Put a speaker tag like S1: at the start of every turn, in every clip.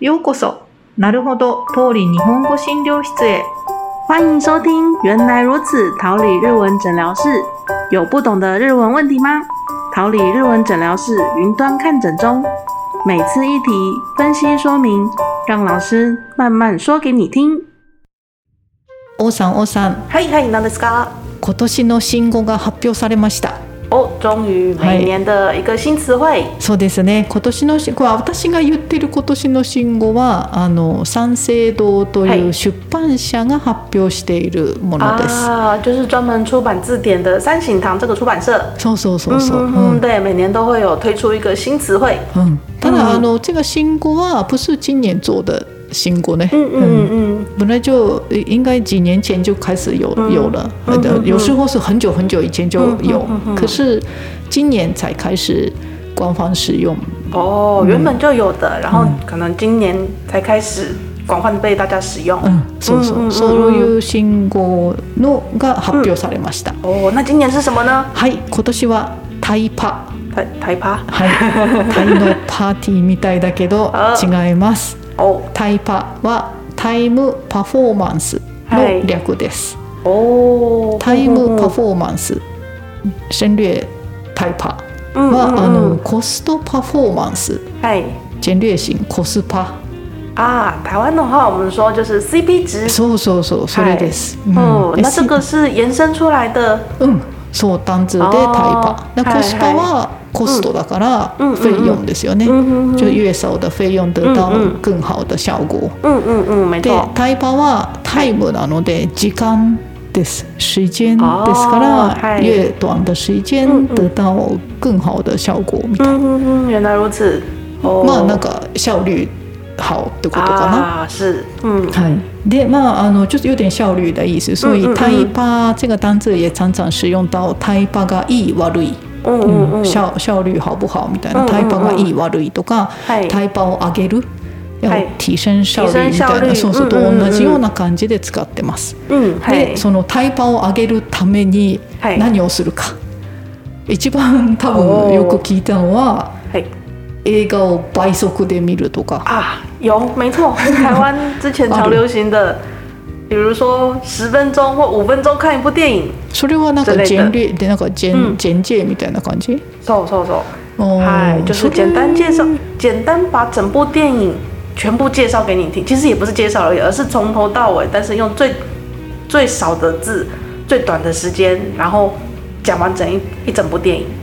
S1: ようこそ、なるほど、通り日本語診療室へ。
S2: 欢迎收听《原来如此》桃李日文诊疗室。有不懂的日文问题吗？桃李日文诊疗室云端看诊中，每次一题分析说明，让老师慢慢说给你听。
S3: 王さん王さん
S4: はいはい、何ですか。
S3: 今年の新語が発表されました
S4: お、哦终于每年的一个新词汇。
S3: そうですね今年の新これ私が言ってる今年の新語はあの三省堂と
S4: はいいう
S3: 出版社が発表しているものです、
S4: 啊，就是专门出版字典的三省堂这个出版社。
S3: そうそうそうそう、
S4: 嗯
S3: うん
S4: 嗯，对，每年都会有推出一个新词汇。
S3: 嗯，当然，
S4: 嗯
S3: あの这个新国啊，不是今年做的新国呢。
S4: 嗯嗯嗯
S3: 本来就呃应该几年前就开始有、有了，呃的有时候是很久很久以前就有，可是今年才开始官方使用。
S4: 嗯，哦，原本就有的，然后可能今年才开始广泛地被大家使用。
S3: 嗯，そうそう、そういう新語のが発表されました。
S4: 哦，那今年是什么呢？
S3: はい、今年はタイパ、
S4: 台台趴。
S3: はい、タイのパーティーみたいだけど
S4: あ
S3: 違います。
S4: 哦
S3: タイパはタイムパフォーマンスの略です。
S4: 哦，
S3: タイムパフォーマンス戦略タイパ
S4: 嗯
S3: は、あ
S4: 嗯
S3: の
S4: 嗯，
S3: コストパフォーマンス
S4: 哎。
S3: 戦略心コスパ
S4: 啊，台湾的话，我们说就是 CP 值。
S3: そうそうそうそれです、
S4: 哦，
S3: うん
S4: 那这个是延伸出来的
S3: うんそう単数でタイパ
S4: あ
S3: だ
S4: ー
S3: からコスパはコストだから費用ですよね就越少的费用得到更好的效果
S4: 嗯嗯嗯，没
S3: で
S4: 错。
S3: タイパはタイムなので時間です時間ですか
S4: あーは
S3: ら
S4: い
S3: 越短的时间得到更好的效果みたいな
S4: 嗯嗯嗯，原来如此。哦，
S3: まあなんか效率好ってことか
S4: 啊，是，嗯，
S3: な。はい、でまああのちょっと有点效率的意思，所以タイパ这个单字也常常使用到タイパがいい悪い。
S4: 嗯嗯嗯，
S3: 效效率好不好みたいな、
S4: うんうんうん
S3: タイパがいい悪いとか、
S4: はい
S3: タイパを上げる、要
S4: はい
S3: 提升效率みたいな、
S4: 提升效率
S3: そうそうと
S4: うんうんう
S3: 同
S4: ん
S3: じような感じで使ってます。
S4: 嗯，嘿
S3: で、，そのタイパを上げるために
S4: はい
S3: 何をするか、一番多分よく聞いたのは
S4: 嘿，
S3: 映画を倍速で見るとか。
S4: 啊，有，没 错，台湾之前常流行的，比如说十分钟或五分钟看一部电影，
S3: それはなんか
S4: 之類
S3: 前
S4: 的
S3: 例でなんか前
S4: うん
S3: 前例みたいな感じ。
S4: 走走走，
S3: お
S4: 嗨，
S3: ー
S4: 哦就是
S3: それ
S4: 简单介绍，简单把整部电影全部介绍给你听，其实也不是介绍而已，而是从头到尾，但是用最最少的字、最短的时间，然后讲完整一一整部电影。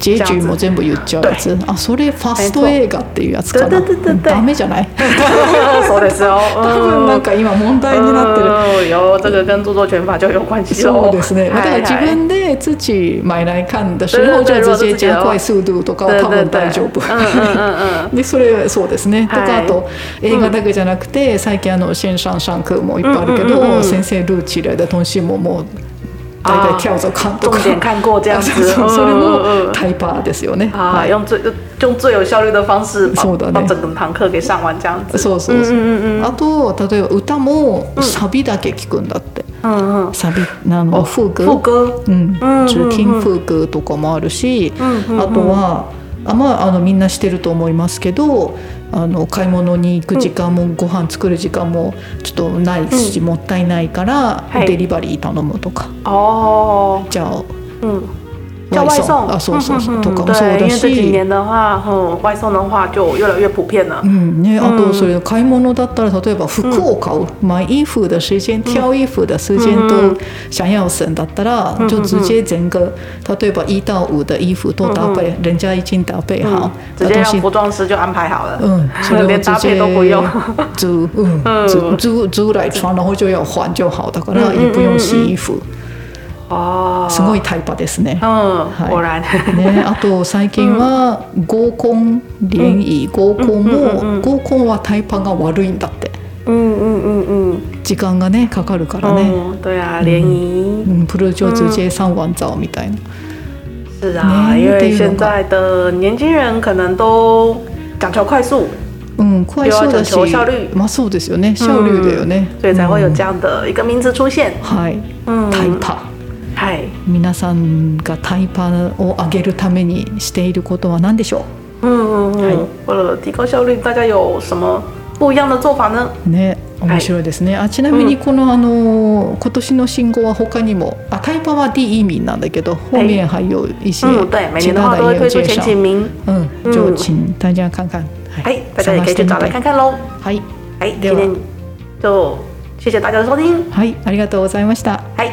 S3: ジェジュも全部言っちゃうやつ。あ、それファスト映画っていうやつかな。
S4: 对对对对对
S3: ダメじゃない。
S4: そうですよ。
S3: 多分なんか今問題になってる。
S4: る。哦有这个跟著作权法就有关系
S3: そ
S4: 哦。
S3: うですね。だから
S4: 嗨
S3: 自
S4: 嗨
S3: 分で土买来看的时候
S4: 对
S3: 就
S4: 对对
S3: 直接加快速度とかは多分大丈夫。
S4: 嗯嗯嗯
S3: でそれそうですね、と
S4: は
S3: か
S4: い
S3: あと映画だけじゃなくて、最近あのシェンシャンシャンクーもいっぱいあるけど、
S4: うんうんうん
S3: 先生ルーチ以来的东西ももう大体跳着看
S4: 嗯，
S3: と
S4: 重
S3: か
S4: 点看过这 样
S3: そう
S4: 子。
S3: そうそれ
S4: 嗯
S3: の
S4: 嗯
S3: タイパーですよね。
S4: 嗯啊，用最用最有效率的方式把
S3: そうだね
S4: 把整堂课给上完这样子。
S3: そうそうそう。
S4: 嗯嗯嗯
S3: あと例えば歌もサビだけ聞くんだって。
S4: 嗯
S3: サビなの
S4: 嗯，
S3: 風
S4: 副
S3: 歌。
S4: 歌，
S3: うん。
S4: 嗯
S3: 中金
S4: 嗯
S3: 風歌とかもあるし、
S4: 嗯
S3: あとは。あまあ、あのみんなしてると思いますけどあの買い物に行く時間も、ご飯作る時間もちょっとないし、もったいないから、
S4: はい
S3: デリバリー頼むとか
S4: 嗯哦，
S3: じゃあ
S4: 嗯。叫外送
S3: あそうそうそう、
S4: 嗯嗯嗯
S3: とかもそうだ
S4: 对，因为这几
S3: し
S4: 年的话，嗯，外送的话就越来越普遍了
S3: う。んね、あとそれ買い物だったら例えば服を買う、买衣服的时间、挑衣服的时间
S4: 嗯
S3: 都想要省だったら、就直接整个例えば一到五的衣服都搭配，人家已经搭配好
S4: 嗯，直
S3: 的
S4: 接
S3: 东
S4: 让
S3: 西
S4: 服装师就安排好了。
S3: 嗯，所以
S4: 连
S3: 直
S4: 搭配
S3: 接
S4: 都不用。
S3: 租，嗯，租租租来穿，然后就要还就好的，然后也不用洗衣服。
S4: 哦，
S3: すごいタイパですね。
S4: 嗯
S3: 嗨，
S4: 果然。
S3: ね、あと最近は合コン聯誼合コンも合コンはタイパが悪いんだって
S4: 嗯嗯嗯嗯
S3: 時間がねかかるからね、
S4: 嗯，对啊，联谊
S3: うん、プルジョズジェサンワンザオみたいな、
S4: 是啊，
S3: 联谊得
S4: 因为
S3: 有
S4: 现
S3: 吗
S4: 在的年轻人可能都讲求快速，
S3: うん、怖いそうだし
S4: 要はちゃんと效率
S3: まあそうですよね效率だよね、
S4: 所以才会有这样的一个名词出现。
S3: はい
S4: 嗯，
S3: タイパ
S4: 嗨，
S3: 皆さんがタイパを上げるためにしていることは何でしょう
S4: 嗯嗯嗯，为了提高效率，大家有什么不一样的做法呢？
S3: ね、面白いですね。あちなみにこの、あの今年の信号は他にも啊，台湾は第一名なんだけど，后面还有一些
S4: 嗯，对，每
S3: 其
S4: 年的
S3: 他
S4: 话都
S3: 的
S4: 会
S3: 也有
S4: 推出
S3: 介
S4: 前
S3: 绍
S4: 几。名，
S3: 嗯，就请大家看看。
S4: 哎，大家也可以去找来看
S3: 看。
S4: 看喽。
S3: はい、
S4: 哎，今
S3: では
S4: 天就谢谢大家的收听，
S3: はい、ありがとうございました。
S4: 哎。